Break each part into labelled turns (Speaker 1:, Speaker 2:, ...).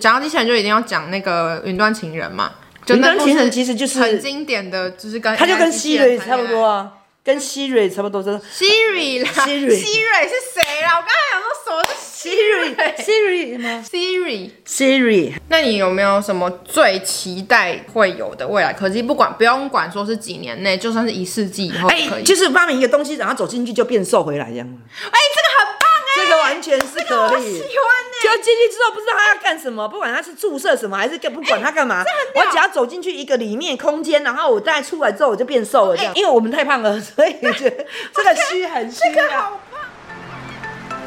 Speaker 1: 讲到机器人就一定要讲那个云端情人嘛，就
Speaker 2: 云
Speaker 1: 那
Speaker 2: 端
Speaker 1: 部
Speaker 2: 情人
Speaker 1: 是
Speaker 2: 其实就是
Speaker 1: 很经典的，就是跟
Speaker 2: 它就跟
Speaker 1: AI 机器人
Speaker 2: Siri 差不多啊，跟 Siri 差不多，真的。
Speaker 1: Siri 啦
Speaker 2: Siri
Speaker 1: 是谁啦？我刚才想说什么是
Speaker 2: Siri Siri 什么
Speaker 1: Siri？
Speaker 2: Siri？
Speaker 1: 那你有没有什么最期待会有的未来科技？不管不用管说是几年内，就算是一世纪以后也
Speaker 2: 哎、
Speaker 1: 可以。
Speaker 2: 就是发明一个东西，然后走进去就变瘦回来这样。
Speaker 1: 哎，这个很棒哎，
Speaker 2: 这个完全是
Speaker 1: 这个
Speaker 2: 可
Speaker 1: 我
Speaker 2: 以。
Speaker 1: 喜欢
Speaker 2: 就
Speaker 1: 哎。
Speaker 2: 进去之后不知道他要干什么，不管他是注射什么还是干不管他干嘛，
Speaker 1: 屌
Speaker 2: 我只要走进去一个里面空间，然后我再出来之后我就变瘦了这样。因为我们太 胖了，所以觉得这个虚很虚
Speaker 1: 哎这个
Speaker 2: 啊。
Speaker 1: 好棒！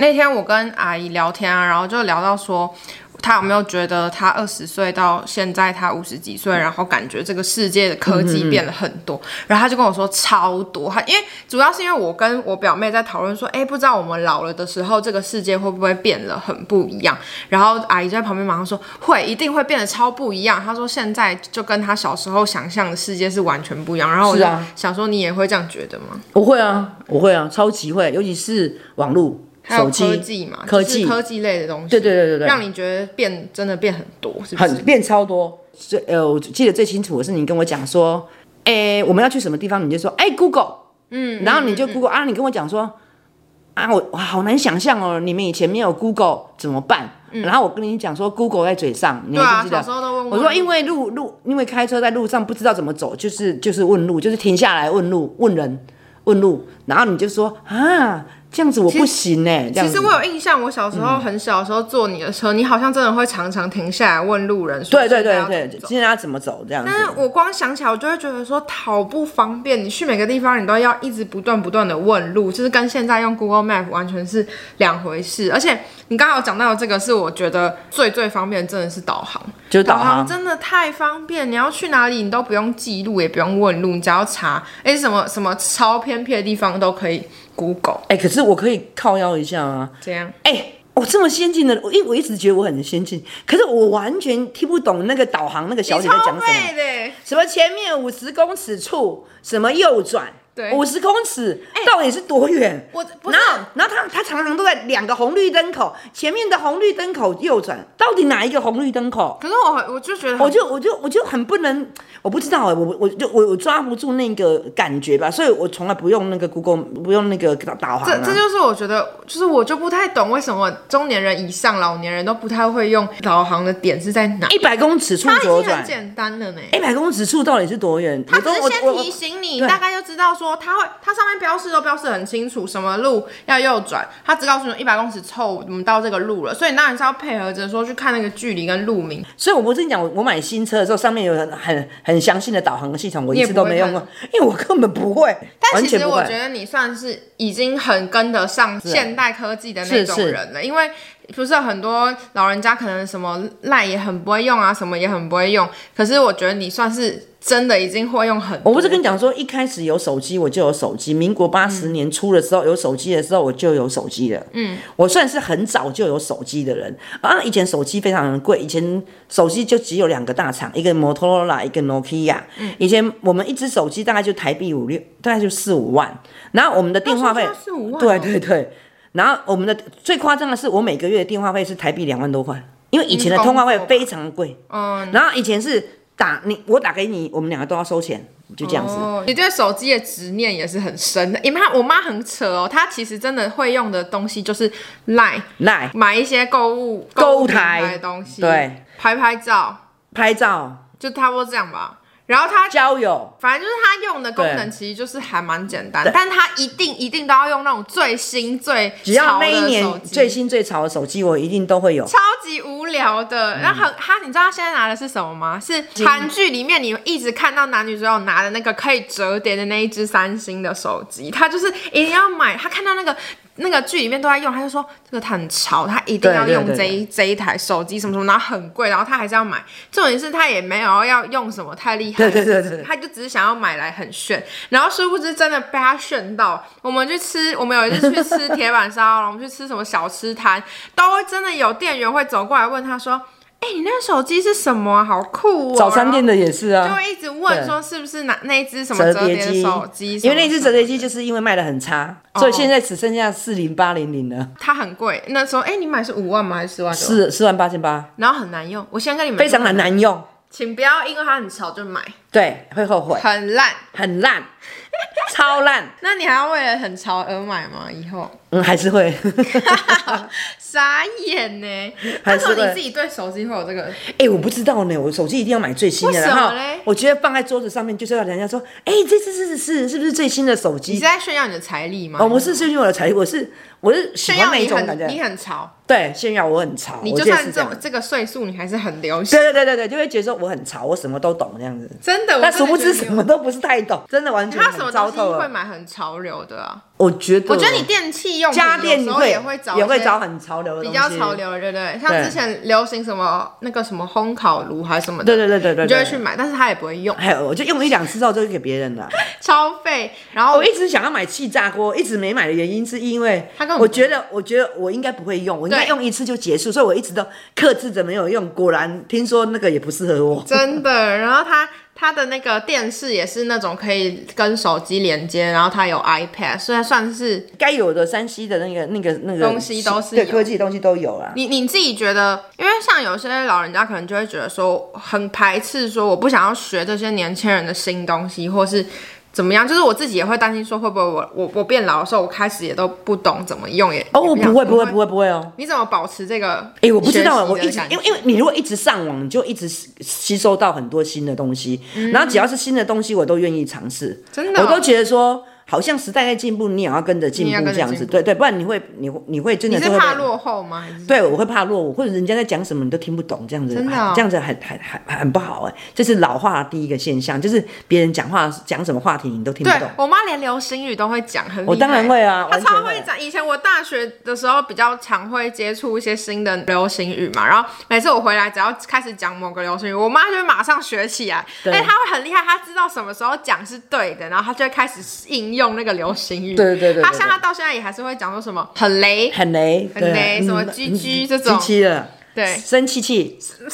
Speaker 1: 那天我跟阿姨聊天啊，然后就聊到说，她有没有觉得她二十岁到现在她五十几岁，然后感觉这个世界的科技变了很多。然后她就跟我说超多，她因为主要是因为我跟我表妹在讨论说，哎，不知道我们老了的时候，这个世界会不会变得很不一样？然后阿姨就在旁边马上说，会，一定会变得超不一样。她说现在就跟她小时候想象的世界是完全不一样。然后我就是
Speaker 2: 啊
Speaker 1: 想说，你也会这样觉得吗？
Speaker 2: 我会啊，我会啊，超级会，尤其是网络、
Speaker 1: 还有
Speaker 2: 手机、
Speaker 1: 科技嘛，
Speaker 2: 科
Speaker 1: 就是
Speaker 2: 技，
Speaker 1: 科技类的东西。
Speaker 2: 对对对对对，
Speaker 1: 让你觉得变真的变很多，是不
Speaker 2: 很
Speaker 1: 是？
Speaker 2: 啊变超多。最呃，我记得最清楚的是你跟我讲说，哎、我们要去什么地方，你就说，哎、g o o g l e 嗯，然后你就 Google 啊，你跟我讲说，啊，我哇，好难想象哦，你们以前没有 Google 怎么办？然后我跟你讲说，Google 在嘴上，
Speaker 1: 嗯
Speaker 2: 你
Speaker 1: 对
Speaker 2: 还
Speaker 1: 啊，
Speaker 2: 记不记
Speaker 1: 小
Speaker 2: 得
Speaker 1: 时？候都问
Speaker 2: 我说，因为路路，因为开车在路上不知道怎么走，就是就是问路，就是停下来问路，问人问路，然后你就说啊，这样子我不行哎、这样
Speaker 1: 其
Speaker 2: 子
Speaker 1: 实我有印象，我小时候很小的时候坐你的车，你好像真的会常常停下来问路人说
Speaker 2: 对对
Speaker 1: 现在要
Speaker 2: 对
Speaker 1: 怎么
Speaker 2: 对，
Speaker 1: 走
Speaker 2: 现在要怎么走这样子？
Speaker 1: 但是我光想起来，我就会觉得说好不方便。你去每个地方，你都要一直不断不断的问路，就是跟现在用 Google Map 完全是两回事。而且你刚好讲到的这个，是我觉得最最方便，真的是导航。
Speaker 2: 就是导
Speaker 1: 导航
Speaker 2: 航。
Speaker 1: 真的太方便，你要去哪里你都不用记录，也不用问路，你只要查，哎、什么什么超偏僻的地方都可以 Google，
Speaker 2: 哎、可是我可以靠腰一下啊！
Speaker 1: 这样
Speaker 2: 哎、我这么先进的，我一我一直觉得我很先进，可是我完全听不懂那个导航那个小姐在
Speaker 1: 超
Speaker 2: 讲什
Speaker 1: 美
Speaker 2: 么。
Speaker 1: 的、
Speaker 2: 什么前面五十公尺处，什么右转，
Speaker 1: 对哎
Speaker 2: 五十公尺到底是多远？
Speaker 1: 我不是
Speaker 2: 然后，然后他他常常都在两个红绿灯口，前面的红绿灯口右转，到底哪一个红绿灯口？
Speaker 1: 可是我我就觉得很
Speaker 2: 我就我就我就很不能，我不知道哎、我我就我我抓不住那个感觉吧，所以我从来不用那个 Google，不用那个导导航、
Speaker 1: 这
Speaker 2: 啊。
Speaker 1: 这就是我觉得，就是我就不太懂为什么中年人以上老年人都不太会用导航的点是在哪？
Speaker 2: 一百公尺处
Speaker 1: 它已
Speaker 2: 左
Speaker 1: 经很
Speaker 2: 转，
Speaker 1: 简单了呢。
Speaker 2: 一百公尺处到底是多远？
Speaker 1: 它
Speaker 2: 我
Speaker 1: 只
Speaker 2: 都
Speaker 1: 是
Speaker 2: 我
Speaker 1: 先
Speaker 2: 我
Speaker 1: 提醒你，
Speaker 2: 对
Speaker 1: 大概就知道说它会，它上面标示都标示很清楚，什么路要右转，它只告诉你一百公尺后我们到这个路了，所以你当然是要配合着说去看那个距离跟路名。
Speaker 2: 所以我不是跟你讲，我我买新车的时候，上面有很很很详细的导航系统，我
Speaker 1: 也
Speaker 2: 一次都
Speaker 1: 不会
Speaker 2: 没用过
Speaker 1: 看，
Speaker 2: 因为我根本不会，
Speaker 1: 但
Speaker 2: 完
Speaker 1: 其
Speaker 2: 全
Speaker 1: 实
Speaker 2: 不
Speaker 1: 我觉
Speaker 2: 会。
Speaker 1: 得你算是已经很跟得上现代科技的那种
Speaker 2: 是是
Speaker 1: 人了，因为不是很多老人家可能什么赖也很不会用啊，什么也很不会用。可是我觉得你算是真的已经会用很多。
Speaker 2: 我不是跟你讲说，一开始有手机我就有手机，民国八十年初的时候、有手机的时候我就有手机了。嗯，我算是很早就有手机的人啊。以前手机非常贵，以前手机就只有两个大厂，一个摩托罗拉，一个 Nokia。嗯，以前我们一只手机大概就台币五六，大概就四五万，然后我们的电话费
Speaker 1: 那时候就要4-5万哦
Speaker 2: 对对对。然后我们的最夸张的是，我每个月的电话费是台币两万多块，因为以前的
Speaker 1: 嗯
Speaker 2: 通话费
Speaker 1: 工作吧
Speaker 2: 非常贵。
Speaker 1: 嗯，
Speaker 2: 然后以前是打你，我打给你，我们两个都要收钱，就这样子。
Speaker 1: 哦，你对手机的执念也是很深的。你妈，我妈很扯哦，她其实真的会用的东西就是赖
Speaker 2: 来
Speaker 1: 买一些购物
Speaker 2: 哎购物
Speaker 1: 平
Speaker 2: 台
Speaker 1: 的东西，
Speaker 2: 对，
Speaker 1: 拍拍照，
Speaker 2: 拍照、
Speaker 1: 就差不多这样吧。然后她
Speaker 2: 交友，
Speaker 1: 反正就是它用的功能
Speaker 2: 对
Speaker 1: 其实就是还蛮简单
Speaker 2: 对，
Speaker 1: 但它一定一定都要用那种最新最
Speaker 2: 只要
Speaker 1: 潮
Speaker 2: 那一
Speaker 1: 的手
Speaker 2: 年
Speaker 1: 机，啊
Speaker 2: 最新最潮的手机，我一定都会有。
Speaker 1: 超级无聊
Speaker 2: 嗯
Speaker 1: 的。然后很它，你知道它现在拿的是什么吗？是韩剧里面你一直看到男女主角拿的那个可以折叠的那一只三星的手机，他就是一定要买。他看到那个。那个剧里面都在用，他就说这个它很潮，他一定
Speaker 2: 对
Speaker 1: 要
Speaker 2: 对
Speaker 1: 用
Speaker 2: 对
Speaker 1: 这一这一台手机什么什么，然后很贵，然后他还是要买。重点是他也没有要用什么太厉害的
Speaker 2: 对对对对
Speaker 1: 手机
Speaker 2: 对
Speaker 1: 他就只是想要买来很炫，然后殊不知真的被他炫到。我们去吃，我们有一次去 吃铁板烧，然后我们去吃什么小吃摊，都会真的有店员会走过来问他说：“哎、你那手机是什么啊？好酷哦！
Speaker 2: 早餐店
Speaker 1: 的
Speaker 2: 的也是
Speaker 1: 就
Speaker 2: 啊，
Speaker 1: 会一直问说是不是哪那一只什么
Speaker 2: 折
Speaker 1: 叠
Speaker 2: 叠机
Speaker 1: 手机什
Speaker 2: 因
Speaker 1: 么什么的？
Speaker 2: 为那只折叠机就是因为卖的很差，所以现在只剩下四零八零零了，
Speaker 1: 它很贵，那时候哎、你买是五万吗？还是十万？，
Speaker 2: 四四万八千八，
Speaker 1: 然后很难用。我先跟你们
Speaker 2: 非常
Speaker 1: 说
Speaker 2: 的，难用，
Speaker 1: 请不要因为它很潮就买，
Speaker 2: 对，会后悔，
Speaker 1: 很烂。
Speaker 2: 很烂，超烂，
Speaker 1: 那你还要为了很潮而买吗？以后
Speaker 2: 嗯，还是会。
Speaker 1: 傻眼呢！
Speaker 2: 还
Speaker 1: 那
Speaker 2: 是
Speaker 1: 时候你
Speaker 2: 会
Speaker 1: 自己对手机会有这个
Speaker 2: 哎、我不知道呢，我手机一定要买最新的，
Speaker 1: 为什
Speaker 2: 然
Speaker 1: 么
Speaker 2: 后
Speaker 1: 嘞
Speaker 2: 我觉得放在桌子上面，就是要人家说，哎、这次是是是不是最新的手
Speaker 1: 你
Speaker 2: 机
Speaker 1: 是？在炫耀你的财力吗？
Speaker 2: 哦，不是炫耀我的财力，我是我是喜
Speaker 1: 炫
Speaker 2: 欢
Speaker 1: 耀
Speaker 2: 那一
Speaker 1: 你
Speaker 2: 种感
Speaker 1: 很
Speaker 2: 觉
Speaker 1: 你，很潮，
Speaker 2: 对，炫耀我很潮，
Speaker 1: 你
Speaker 2: 我
Speaker 1: 就
Speaker 2: 觉得
Speaker 1: 算
Speaker 2: 是这
Speaker 1: 这
Speaker 2: 样
Speaker 1: 种。这个岁数，你还是很流行。
Speaker 2: 对对对对对，就会觉得说我很潮，我什么都懂这样子，
Speaker 1: 真的，我
Speaker 2: 但
Speaker 1: 真
Speaker 2: 殊
Speaker 1: 的
Speaker 2: 不
Speaker 1: 觉
Speaker 2: 知
Speaker 1: 得
Speaker 2: 什么都不是太懂，真的完
Speaker 1: 你
Speaker 2: 全
Speaker 1: 有。他什么
Speaker 2: 很糟
Speaker 1: 东西
Speaker 2: 透
Speaker 1: 会
Speaker 2: 了。
Speaker 1: 买很潮流的啊？
Speaker 2: 我觉得，
Speaker 1: 我觉得你电器用品
Speaker 2: 家电
Speaker 1: 有时候
Speaker 2: 会
Speaker 1: 也会找
Speaker 2: 也
Speaker 1: 一
Speaker 2: 会
Speaker 1: 些
Speaker 2: 找很潮流的
Speaker 1: 比
Speaker 2: 东
Speaker 1: 较
Speaker 2: 西，
Speaker 1: 潮。流的，对不对？像
Speaker 2: 对
Speaker 1: 之前流行什么那个什么烘烤炉还是什么的，
Speaker 2: 对对对对对，
Speaker 1: 你就会
Speaker 2: 对
Speaker 1: 去。买，但是他也不会用，
Speaker 2: 还有，我就用一两次之后就给别人了。
Speaker 1: 超费。然后
Speaker 2: 我一直想要买气炸锅，一直没买的原因是因为
Speaker 1: 它根本不
Speaker 2: 我觉得，我觉得我应该不会用，我应该
Speaker 1: 对
Speaker 2: 用一次就结束，所以我一直都克制着没有用。果然，听说那个也不适合我。
Speaker 1: 真 的，然后它它的那个电视也是那种可以跟手机连接，然后它有 iPad，所以它算是
Speaker 2: 该有的山西的那个、那个、那个
Speaker 1: 东西都是
Speaker 2: 对
Speaker 1: 有
Speaker 2: 科技的东西都有啊啦。
Speaker 1: 你你自己觉得，因为像有些老人家可能就会觉得说很排斥，说我不想要学这些年轻人的新东西，或是。怎么样？就是我自己也会担心，说会不会我我我变老的时候，我开始也都不懂怎么用也
Speaker 2: 哦，我
Speaker 1: 也想
Speaker 2: 不会，不会，
Speaker 1: 你
Speaker 2: 不会，不会哦。
Speaker 1: 你怎么保持这个？
Speaker 2: 哎、我不知道
Speaker 1: 学
Speaker 2: 啊，
Speaker 1: 习
Speaker 2: 我
Speaker 1: 的
Speaker 2: 一直
Speaker 1: 感觉
Speaker 2: 因为因为你如果一直上网，你就一直吸吸收到很多新的东西，然后只要是新的东西，我都愿意尝试。
Speaker 1: 嗯真的哦
Speaker 2: 我都觉得说，好像时代在进步，你也要跟着进
Speaker 1: 你也要
Speaker 2: 步
Speaker 1: 跟着
Speaker 2: 这样
Speaker 1: 进
Speaker 2: 子，
Speaker 1: 步
Speaker 2: 对对，不然你会你会你会真的
Speaker 1: 你是
Speaker 2: 就会被
Speaker 1: 怕落后吗？还是
Speaker 2: 对，我会怕落伍，或者人家在讲什么你都听不懂，这样子，
Speaker 1: 真的哦
Speaker 2: 这样子很很很很不好哎、这是老化的第一个现象，就是别人讲话讲什么话题你都听不
Speaker 1: 对
Speaker 2: 懂。
Speaker 1: 我妈连流行语都会讲，很厉害
Speaker 2: 我当然会啊，
Speaker 1: 他
Speaker 2: 完全
Speaker 1: 超会讲。以前我大学的时候比较常会接触一些新的流行语嘛，然后每次我回来只要开始讲某个流行语，我妈就会马上学起来。哎
Speaker 2: 对
Speaker 1: 但她会很厉害，她知道什么时候讲是对的，然后她就会开始应用那个流行语。
Speaker 2: 对对对对对
Speaker 1: 她像她到现在也还是会讲说什么很雷，
Speaker 2: 很雷，
Speaker 1: 很
Speaker 2: 对
Speaker 1: 雷
Speaker 2: 嗯
Speaker 1: 什么
Speaker 2: 嗯
Speaker 1: 居居
Speaker 2: 嗯
Speaker 1: 这种
Speaker 2: 居居的，
Speaker 1: 对
Speaker 2: 生气气，
Speaker 1: 三这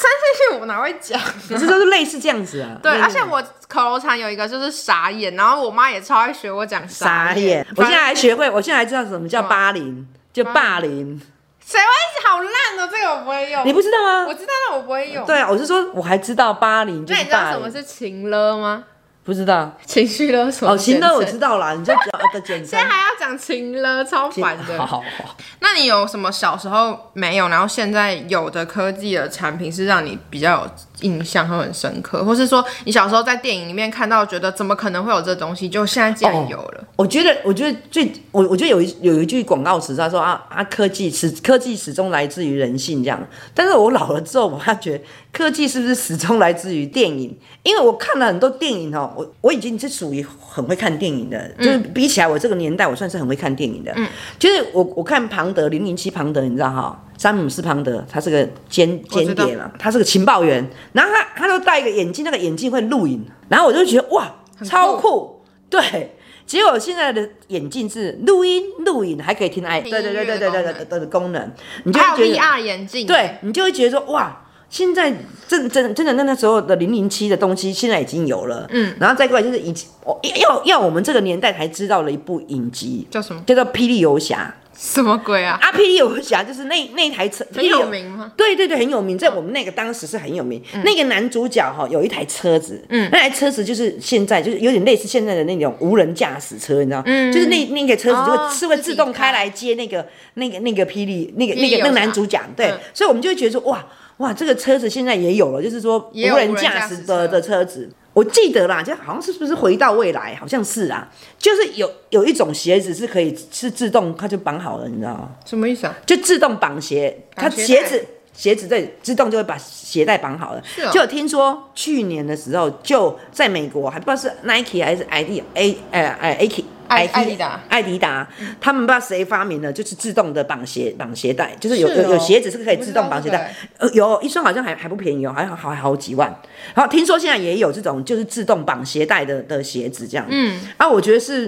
Speaker 1: 些我哪会讲？
Speaker 2: 可是都是类似这样子啊。
Speaker 1: 对，
Speaker 2: 类似
Speaker 1: 而且我口头禅有一个就是傻眼，然后我妈也超爱学我讲
Speaker 2: 傻眼，我
Speaker 1: 反
Speaker 2: 现在还学会，我现在还知道什么叫霸凌，就霸凌，
Speaker 1: 谁会好烂哦的？这个我不会用，
Speaker 2: 你不知道
Speaker 1: 我
Speaker 2: 吗？
Speaker 1: 知道，但我不会用。
Speaker 2: 对啊，我是说我还知道霸凌就
Speaker 1: 那
Speaker 2: 是
Speaker 1: 你知道
Speaker 2: 霸
Speaker 1: 什么
Speaker 2: 凌，
Speaker 1: 是情勒吗？
Speaker 2: 不知道
Speaker 1: 情绪勒索
Speaker 2: 哦，行，那我知
Speaker 1: 现
Speaker 2: 道啦，你就讲的 简
Speaker 1: 在
Speaker 2: 单。
Speaker 1: 还要讲情勒，超烦
Speaker 2: 好
Speaker 1: 的。
Speaker 2: 好好，
Speaker 1: 那你有什么小时候没有，然后现在有的科技的产品是让你比较有印象和很深刻，或是说你小时候在电影里面看到，觉得怎么可能会有这东西，就现在竟然有了？
Speaker 2: 我觉得，我觉得最我我觉得有一有一句广告词，他说啊啊，科技始科技始终来自于人性这样。但是我老了之后，我发觉科技是不是始终来自于电影？因为我看了很多电影哦，我我已经是属于很会看电影的，
Speaker 1: 嗯
Speaker 2: 就是比起来我这个年代，我算是很会看电影的。嗯，就是我我看庞德零零七庞德，你知道哈、詹姆斯庞德，他是个间
Speaker 1: 我知
Speaker 2: 间
Speaker 1: 道
Speaker 2: 谍嘛，他是个情报员，然后他他都戴一个眼镜，那个眼镜会录影，然后我就觉得哇，
Speaker 1: 酷
Speaker 2: 超酷，对。结果现在的眼镜是录音、录影还可以听哎，
Speaker 1: 听
Speaker 2: 对
Speaker 1: 音乐的
Speaker 2: 对对对对对对对的功能，你就
Speaker 1: 还
Speaker 2: 会
Speaker 1: 有
Speaker 2: 哎觉得
Speaker 1: VR 眼镜，，
Speaker 2: 对，你就会觉得说哇，现在真真真的那那时候的零零七的东西现在已经有了，嗯，然后再过来就是以前哦要要我们这个年代才知道了一部影集，
Speaker 1: 叫什么
Speaker 2: 叫做《霹雳游侠》
Speaker 1: 什么鬼啊？
Speaker 2: 啊，《霹雳游侠》就是那那一台车，
Speaker 1: 很有名吗？哦嗯
Speaker 2: 对对对，很有名，在我们那个当时是很有名。那个男主角哈、有一台车子，嗯，那台车子就是现在就是有点类似现在的那种无人驾驶车，你知道，嗯，就是那那个车子就会、
Speaker 1: 哦
Speaker 2: 是会
Speaker 1: 自
Speaker 2: 自
Speaker 1: 己
Speaker 2: 动
Speaker 1: 开
Speaker 2: 开来接那个那个那个霹雳那个
Speaker 1: 霹雳
Speaker 2: 那个那
Speaker 1: 游
Speaker 2: 个
Speaker 1: 侠
Speaker 2: 男主角，对，
Speaker 1: 嗯
Speaker 2: 所以我们就会觉得说哇哇，这个车子现在也有了，就是说
Speaker 1: 也有
Speaker 2: 无人
Speaker 1: 无人驾
Speaker 2: 驾
Speaker 1: 驶
Speaker 2: 驶的
Speaker 1: 车
Speaker 2: 的车子。我记得啦，就好像是不是回到未来，好像是啊，就是有有一种鞋子是可以是自动，它就绑好了，你知道吗？
Speaker 1: 什么意思啊？
Speaker 2: 就自动绑鞋，它
Speaker 1: 绑鞋带
Speaker 2: 鞋子鞋子对自动就会把鞋带绑好了。
Speaker 1: 哦
Speaker 2: 就有听说去年的时候，就在美国，还不知道是 Nike 还是 ID A 哎哎 A K。
Speaker 1: 艾艾迪达，
Speaker 2: 艾迪达，他们不知道谁发明的，就是自动的绑鞋绑鞋带，就是有
Speaker 1: 是
Speaker 2: 有
Speaker 1: 哦
Speaker 2: 有鞋子是可以
Speaker 1: 我不知
Speaker 2: 自
Speaker 1: 道
Speaker 2: 动绑鞋
Speaker 1: 这个
Speaker 2: 带
Speaker 1: 欸，
Speaker 2: 呃，有一双好像还还不便宜哦，还好还好几万。然后听说现在也有这种就是自动绑鞋带的的鞋子这样，嗯，啊，我觉得是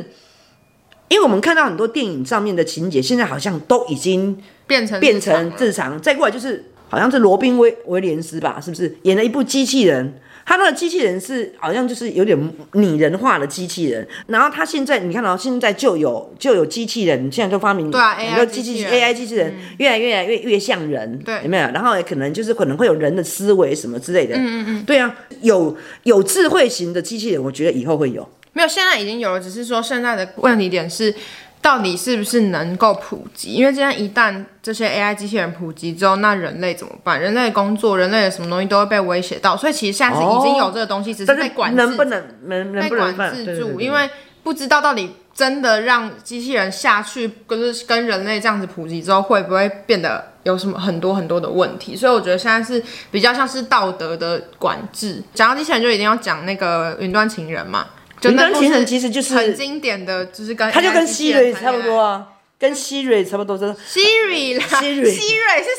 Speaker 2: 因为我们看到很多电影上面的情节，现在好像都已经
Speaker 1: 变成
Speaker 2: 变
Speaker 1: 日常
Speaker 2: 成
Speaker 1: 了
Speaker 2: 日常，再过来就是好像是罗宾威威廉斯吧，是不是演了一部机器人？他那个机器人是好像就是有点拟人化的机器人，然后他现在你看到、现在就有就有机器人，现在就发明
Speaker 1: 对啊
Speaker 2: 很
Speaker 1: AI
Speaker 2: 多机器
Speaker 1: 机器人嗯
Speaker 2: AI 机器人越来越来越越像人，
Speaker 1: 对
Speaker 2: 有没有？然后也可能就是可能会有人的思维什么之类的，嗯嗯嗯，对啊，有有智慧型的机器人，我觉得以后会有。
Speaker 1: 没有，现在已经有了，只是说现在的问题点是，到底是不是能够普及？因为现在一旦这些 AI 机器人普及之后，那人类怎么办？人类的工作、人类的什么东西都会被威胁到，所以其实现在是已经有这个东西，只是
Speaker 2: 但
Speaker 1: 被
Speaker 2: 是
Speaker 1: 管制
Speaker 2: 能不能能能
Speaker 1: 被
Speaker 2: 不能
Speaker 1: 管
Speaker 2: 办？对
Speaker 1: 制
Speaker 2: 对
Speaker 1: 住，
Speaker 2: 对
Speaker 1: 因为不知道到底真的让机器人下去，就是跟人类这样子普及之后，会不会变得有什么很多很多的问题？所以我觉得现在是比较像是道德的管制。讲到机器人，就一定要讲那个云端情人嘛。就那
Speaker 2: 云端情人其实就是
Speaker 1: 很经典的，就是跟
Speaker 2: 它就跟
Speaker 1: AI 机器人
Speaker 2: Siri 差不多啊，跟 Siri 差不多，真的。
Speaker 1: Siri 啦
Speaker 2: Siri
Speaker 1: 是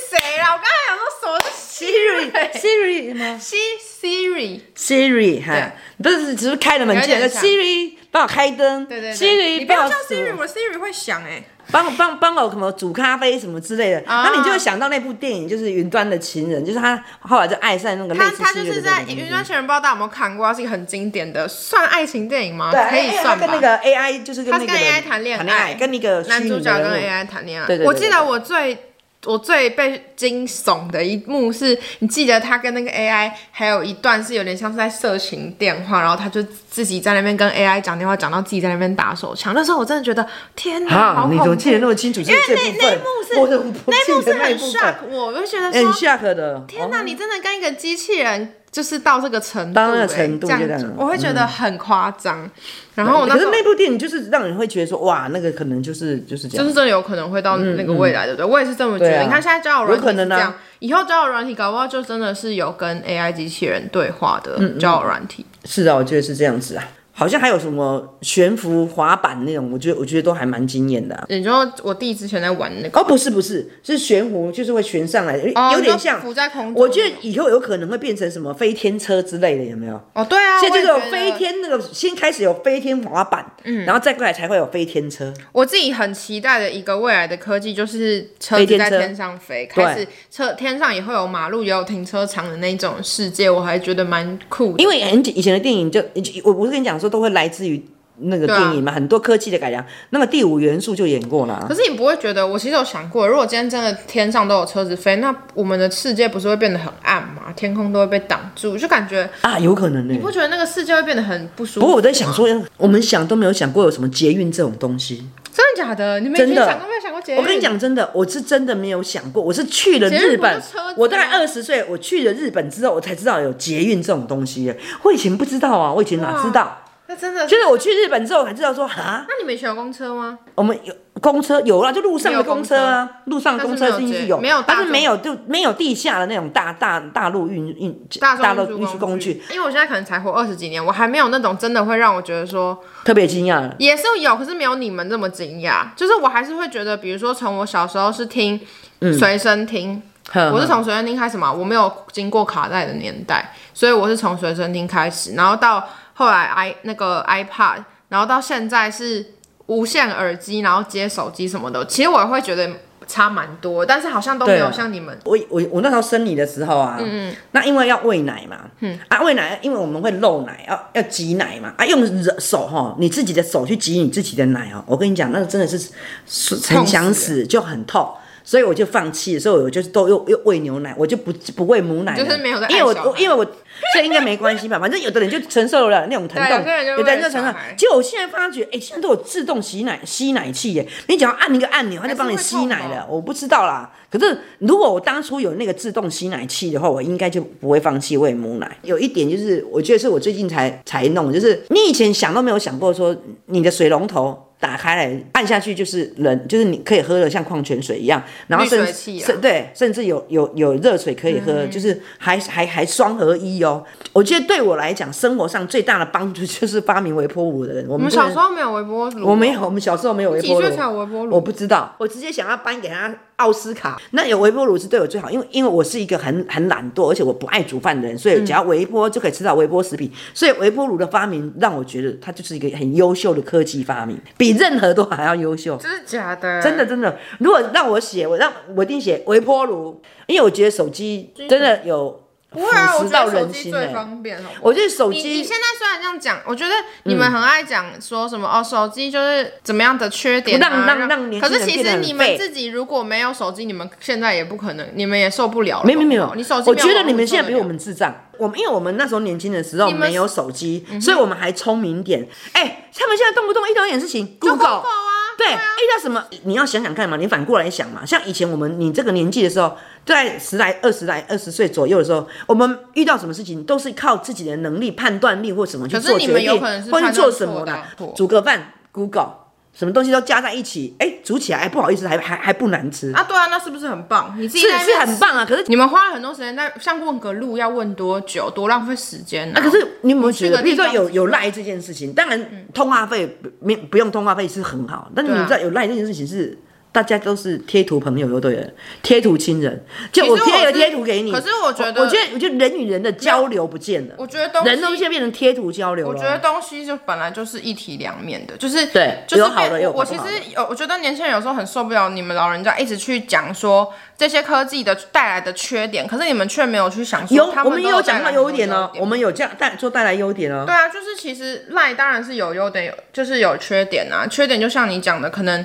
Speaker 1: 谁啦？我刚才想说什么 是 Siri
Speaker 2: Siri 吗
Speaker 1: C Siri，
Speaker 2: ？Siri 哈，不是只是开了门进来
Speaker 1: 有点
Speaker 2: 就
Speaker 1: 像
Speaker 2: Siri 帮我开灯，
Speaker 1: 对对对你
Speaker 2: Siri
Speaker 1: 不要
Speaker 2: 帮
Speaker 1: 叫
Speaker 2: 我
Speaker 1: Siri，我 Siri 会想哎、
Speaker 2: 帮我帮帮我什么煮咖啡什么之类的，
Speaker 1: 啊
Speaker 2: 然后你就会想到那部电影就是《云端的情人》，就是他后来就爱上那个类
Speaker 1: 他
Speaker 2: 似
Speaker 1: 他就
Speaker 2: Siri
Speaker 1: 是
Speaker 2: 的
Speaker 1: 在
Speaker 2: 那
Speaker 1: 《
Speaker 2: 个东西
Speaker 1: 云端情人》，不知道大家有没有看过？它是一个很经典的，算爱情电影吗？
Speaker 2: 对，
Speaker 1: 哦
Speaker 2: 哎
Speaker 1: 可以
Speaker 2: 因为他
Speaker 1: 算吧。
Speaker 2: 跟那个 AI 就是跟
Speaker 1: 他
Speaker 2: 那
Speaker 1: 是
Speaker 2: 个
Speaker 1: 跟 AI
Speaker 2: 人
Speaker 1: 谈恋爱
Speaker 2: 爱，跟那个
Speaker 1: 男
Speaker 2: 虚
Speaker 1: 主
Speaker 2: 拟
Speaker 1: 角
Speaker 2: 的
Speaker 1: 跟
Speaker 2: 人物
Speaker 1: AI 谈恋爱。
Speaker 2: 对对对
Speaker 1: 我记得我最我最被惊悚的一幕是，你记得他跟那个 AI 还有一段是有点像是在色情电话，然后他就自己在那边跟 AI 讲电话，讲到自己在那边打手枪。那时候我真的觉得，天哪，好
Speaker 2: 啊，
Speaker 1: 恐
Speaker 2: 你
Speaker 1: 怖！
Speaker 2: 怎么记得那么清楚？因
Speaker 1: 因为那那一幕是
Speaker 2: 我怎么不
Speaker 1: 那一幕
Speaker 2: 记得
Speaker 1: 是
Speaker 2: 那一
Speaker 1: 很
Speaker 2: 部
Speaker 1: shock，
Speaker 2: 分？
Speaker 1: 我就觉得
Speaker 2: 哎
Speaker 1: 说
Speaker 2: 很 shock 的，
Speaker 1: 天
Speaker 2: 哦
Speaker 1: 哪，你真的跟一个机器人就是到这个程度、欸，
Speaker 2: 到那个程度
Speaker 1: 这样
Speaker 2: 就这
Speaker 1: 子
Speaker 2: 样嗯
Speaker 1: 我会觉得很夸张。然后我那
Speaker 2: 哦可
Speaker 1: 时
Speaker 2: 是
Speaker 1: 候
Speaker 2: 那部电影就是让人会觉得说，哇，那个可能就是就是这
Speaker 1: 就是
Speaker 2: 样。
Speaker 1: 真的有可能会到那个未来，对不对？我也是这么觉
Speaker 2: 嗯对
Speaker 1: 得。
Speaker 2: 啊
Speaker 1: 你看现在交友软体
Speaker 2: 有可能
Speaker 1: 是
Speaker 2: 啊
Speaker 1: 这样，以后交友软体搞不好就真的是有跟 AI 机器人对话的
Speaker 2: 嗯
Speaker 1: 交友软体。
Speaker 2: 是啊，我觉得是这样子啊。好像还有什么悬浮滑板那种，我觉得我觉得都还蛮惊艳的啊、
Speaker 1: 你说我弟之前在玩那个，
Speaker 2: 哦，不是不是，是悬浮，就是会悬上来，有
Speaker 1: 哦
Speaker 2: 有
Speaker 1: 你说
Speaker 2: 点像。
Speaker 1: 浮在空中。
Speaker 2: 我觉得以后有可能会变成什么飞天车之类的，有没有？
Speaker 1: 哦，对啊，
Speaker 2: 现在就是
Speaker 1: 我
Speaker 2: 有
Speaker 1: 也觉得
Speaker 2: 飞。天那个，先开始有飞天滑板，嗯，然后再过来才会有飞天车。
Speaker 1: 我自己很期待的一个未来的科技就是车子在
Speaker 2: 飞天车
Speaker 1: 天上飞，开始车天上也会有马路，也有停车场的那种世界，我还觉得蛮酷的。
Speaker 2: 因为很久以前的电影就，就我我是跟你讲说，都会来自于那个
Speaker 1: 对啊
Speaker 2: 电影嘛，很多科技的改良。那么第五元素就演过了、啊
Speaker 1: 可，是你不会觉得，我其实有想过，如果今天真的天上都有车子飞，那我们的世界不是会变得很暗吗？天空都会被挡住，就感觉
Speaker 2: 啊有可能呢、
Speaker 1: 你不觉得那个世界会变得很不舒服？
Speaker 2: 不过我在想，说，我们想都没有想过有什么捷运这种东西。
Speaker 1: 真的假的？你们以前
Speaker 2: 真的
Speaker 1: 想过没有想过捷运？
Speaker 2: 我跟你，讲真的，我是真的没有想过，我是去了日
Speaker 1: 捷运
Speaker 2: 本
Speaker 1: 不是车子啊吗，
Speaker 2: 我大概二十岁，我去了日本之后，我才知道有捷运这种东西耶。我以前不知道啊，我以前哪知道？
Speaker 1: 那真的
Speaker 2: 就是我去日本之后才知道说，哈，
Speaker 1: 那你们以前有公车吗？
Speaker 2: 我们有公车有啦，就路上的公车啊，路上的公车
Speaker 1: 但是
Speaker 2: 是
Speaker 1: 没有
Speaker 2: 一直
Speaker 1: 捷
Speaker 2: 有，
Speaker 1: 没有大
Speaker 2: 但
Speaker 1: 众
Speaker 2: 是没有就没有地下的那种大大大陆运运
Speaker 1: 大众
Speaker 2: 陆
Speaker 1: 运
Speaker 2: 运
Speaker 1: 输
Speaker 2: 输工具，，
Speaker 1: 因为我现在可能才活二十几年，我还没有那种真的会让我觉得说
Speaker 2: 特别惊讶了。
Speaker 1: 也是有，可是没有你们这么惊讶。就是我还是会觉得，比如说从我小时候是听
Speaker 2: 嗯
Speaker 1: 随身听，
Speaker 2: 哼
Speaker 1: 我是从随身听开始嘛，我没有经过卡带的年代，所以我是从随身听开始，然后到后来 i 那个 iPad，然后到现在是无线耳机，然后接手机什么的。其实我会觉得差蛮多，但是好像都没
Speaker 2: 对
Speaker 1: 有
Speaker 2: 啊
Speaker 1: 像你们
Speaker 2: 我我我那时候生你的时候啊，
Speaker 1: 嗯
Speaker 2: 那因为要喂奶嘛，啊喂奶，因为我们会漏奶，要要挤奶嘛，啊用人手哈，你自己的手去挤你自己的奶哦，我跟你讲，那真的是是很想死就很痛。所以我就放弃了，所以我就都又又喂牛奶，我就不不喂母奶了，
Speaker 1: 就是没有在爱
Speaker 2: 因为我
Speaker 1: 小孩
Speaker 2: 我因为我这应该没 关系吧，反正有的人就承受了那种疼
Speaker 1: 对啊有
Speaker 2: 痛
Speaker 1: 些人就，
Speaker 2: 有的人
Speaker 1: 为了
Speaker 2: 就承
Speaker 1: 小
Speaker 2: 受
Speaker 1: 孩。
Speaker 2: 结果我现在发觉，哎、现在都有自动吸奶吸奶器耶，你只要按一个按钮，它就帮你
Speaker 1: 还是
Speaker 2: 吸
Speaker 1: 会痛
Speaker 2: 奶
Speaker 1: 吗
Speaker 2: 了。我不知道啦，可是如果我当初有那个自动吸奶器的话，我应该就不会放弃喂母奶。有一点就是，我觉得是我最近才才弄，就是你以前想都没有想过说，你的水龙头打开来按下去就是人，就是你可以喝的像矿泉水一样，然后
Speaker 1: 滤水
Speaker 2: 甚
Speaker 1: 器啊嗯
Speaker 2: 甚对，甚至有有有热水可以喝，就是还还还双合一哦。我觉得对我来讲，生活上最大的帮助就是发明微波炉的人。我
Speaker 1: 我
Speaker 2: 们
Speaker 1: 们
Speaker 2: 不
Speaker 1: 小
Speaker 2: 能
Speaker 1: 时候没有微波炉，
Speaker 2: 我没有，我们小时候没有微
Speaker 1: 几
Speaker 2: 波炉
Speaker 1: 岁才。有微波炉？
Speaker 2: 我不知道，我直接想要搬给他奥斯卡。那有微波炉是对我最好，因为因为我是一个很很懒惰，而且我不爱煮饭的人，所以只要微波就可以吃到微波食品。所以微波炉的发明让我觉得它就是一个很优秀的科技发明，比任何都还要优秀。
Speaker 1: 真的假的？
Speaker 2: 真的真的，如果让我写，我让我一定写微波炉，因为我觉得手机真的有腐
Speaker 1: 不会啊，我
Speaker 2: 蚀
Speaker 1: 觉
Speaker 2: 到
Speaker 1: 得手
Speaker 2: 人
Speaker 1: 机
Speaker 2: 心、
Speaker 1: 最
Speaker 2: 欸。
Speaker 1: 方便好不好
Speaker 2: 我觉得手
Speaker 1: 你你
Speaker 2: 机嗯
Speaker 1: 现在虽然这样讲，我觉得你们很爱讲说什么、哦，手机就是怎么样的缺点、啊，
Speaker 2: 让让让年轻
Speaker 1: 可
Speaker 2: 人
Speaker 1: 是其
Speaker 2: 变得
Speaker 1: 实
Speaker 2: 很
Speaker 1: 你们
Speaker 2: 废
Speaker 1: 自己如果没有手机，你们现在也不可能，你们也受不了了。
Speaker 2: 没有没有
Speaker 1: 好
Speaker 2: 没
Speaker 1: 不好
Speaker 2: 有，
Speaker 1: 哦你手机
Speaker 2: 我
Speaker 1: 没有
Speaker 2: 觉得
Speaker 1: 网
Speaker 2: 你们
Speaker 1: 络
Speaker 2: 现在
Speaker 1: 不
Speaker 2: 比
Speaker 1: 能
Speaker 2: 我们智障。我们因为我们那时候年轻的时候
Speaker 1: 你们嗯
Speaker 2: 没有手机，所以我们还聪明一点。哎、他们现在动不动一点点事情
Speaker 1: 聊就
Speaker 2: Google
Speaker 1: Google。啊，
Speaker 2: 对，遇
Speaker 1: 啊。
Speaker 2: 到什么你要想想看嘛，你反过来想嘛。像以前我们你这个年纪的时候，在十来、二十来、二十岁左右的时候，我们遇到什么事情都是靠自己的能力、判断力或什么去
Speaker 1: 可是
Speaker 2: 做
Speaker 1: 你
Speaker 2: 决
Speaker 1: 们有
Speaker 2: 定
Speaker 1: 可能是，
Speaker 2: 或是
Speaker 1: 判断
Speaker 2: 做什
Speaker 1: 错
Speaker 2: 么
Speaker 1: 的
Speaker 2: 啦
Speaker 1: 啊错，
Speaker 2: 煮个饭，Google，什么东西都加在一起，哎、煮起来哎不好意思，还还还不难吃，
Speaker 1: 啊，对啊，那是不是很棒？你自己
Speaker 2: 是
Speaker 1: 在那
Speaker 2: 是
Speaker 1: 边
Speaker 2: 很棒啊。可是
Speaker 1: 你们花了很多时间在像问个路要问多久，多浪费时间啊
Speaker 2: 啊，可是你有没有觉得，
Speaker 1: 你
Speaker 2: 比
Speaker 1: 去
Speaker 2: 如
Speaker 1: 个
Speaker 2: 说
Speaker 1: 地方嗯
Speaker 2: 有有赖这件事情，当然通话费不没不用通话费是很好，但是你
Speaker 1: 对啊
Speaker 2: 知道有赖这件事情是。大家都是贴图朋友，就对了，贴图亲人，就我
Speaker 1: 其实
Speaker 2: 贴
Speaker 1: 我
Speaker 2: 了
Speaker 1: 是
Speaker 2: 贴图给你。
Speaker 1: 可是我觉得
Speaker 2: 我觉得，我觉得人与人的交流不见了，
Speaker 1: 我觉得东西
Speaker 2: 人都现在变成贴图交流
Speaker 1: 我
Speaker 2: 了。
Speaker 1: 觉得东西就本来就是一体两面的，就是
Speaker 2: 啊对
Speaker 1: 就是
Speaker 2: 有好的
Speaker 1: 变
Speaker 2: 也有
Speaker 1: 我我
Speaker 2: 不
Speaker 1: 其
Speaker 2: 好的
Speaker 1: 实有，我觉得年轻人有时候很受不了你们老人家一直去讲说这些科技的带来的缺点，可是你们却没有去想说
Speaker 2: 有
Speaker 1: 他
Speaker 2: 我
Speaker 1: 们
Speaker 2: 们也
Speaker 1: 都
Speaker 2: 有
Speaker 1: 带
Speaker 2: 讲
Speaker 1: 来
Speaker 2: 到
Speaker 1: 很多
Speaker 2: 优点哦，我们有这样带做带来优点哦。
Speaker 1: 对啊，就是其实赖当然是有优点，有就是有缺点啊。缺点就像你讲的，可能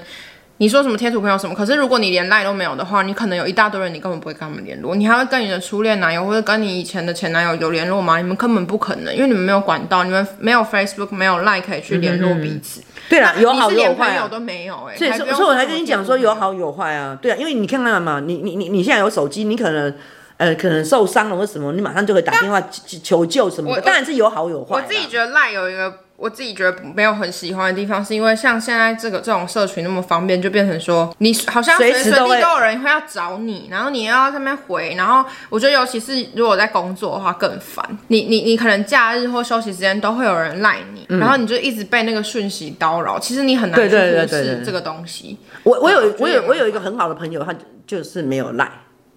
Speaker 1: 你说什么贴图朋友什么，可是如果你连赖都没有的话，你可能有一大堆人你根本不会跟他们联络，你还会跟你的初恋男友或者跟你以前的前男友有联络吗？你们根本不可能，因为你们没有管道，你们没有 Facebook，没有赖可以去联络彼此。
Speaker 2: 对啦，有
Speaker 1: 你
Speaker 2: 好
Speaker 1: 是
Speaker 2: 有
Speaker 1: 连
Speaker 2: 坏
Speaker 1: 朋
Speaker 2: 嗯啊
Speaker 1: 友。都没有哎、欸，
Speaker 2: 所以
Speaker 1: 还
Speaker 2: 说，
Speaker 1: 不用
Speaker 2: 所以我才
Speaker 1: 什么
Speaker 2: 跟你
Speaker 1: 贴
Speaker 2: 讲
Speaker 1: 图
Speaker 2: 说
Speaker 1: 朋
Speaker 2: 有
Speaker 1: 友。
Speaker 2: 好有坏啊，对啊，因为你看看嘛，你你你你现在有手机，你可能呃可能受伤了或什么，你马上就可以打电话求求救什么的，
Speaker 1: 我
Speaker 2: 当然是有好有坏
Speaker 1: 我
Speaker 2: 啦。
Speaker 1: 自己觉得赖有一个我自己觉得没有很喜欢的地方，是因为像现在这个这种社群那么方便，就变成说你好像
Speaker 2: 随
Speaker 1: 随
Speaker 2: 时
Speaker 1: 随
Speaker 2: 都
Speaker 1: 地
Speaker 2: 会
Speaker 1: 都有人会要找你，然后你又要在那边回，然后我觉得尤其是如果在工作的话更烦。你你你可能假日或休息时间都会有人赖你，然后你就一直被那个讯息叨扰，其实你很难
Speaker 2: 嗯对
Speaker 1: 去
Speaker 2: 对对
Speaker 1: 忽
Speaker 2: 对对
Speaker 1: 视
Speaker 2: 对
Speaker 1: 这个东西。
Speaker 2: 我我有
Speaker 1: 对
Speaker 2: 我
Speaker 1: 我觉得也蛮
Speaker 2: 有我有一个很好的朋友，他就是没有赖。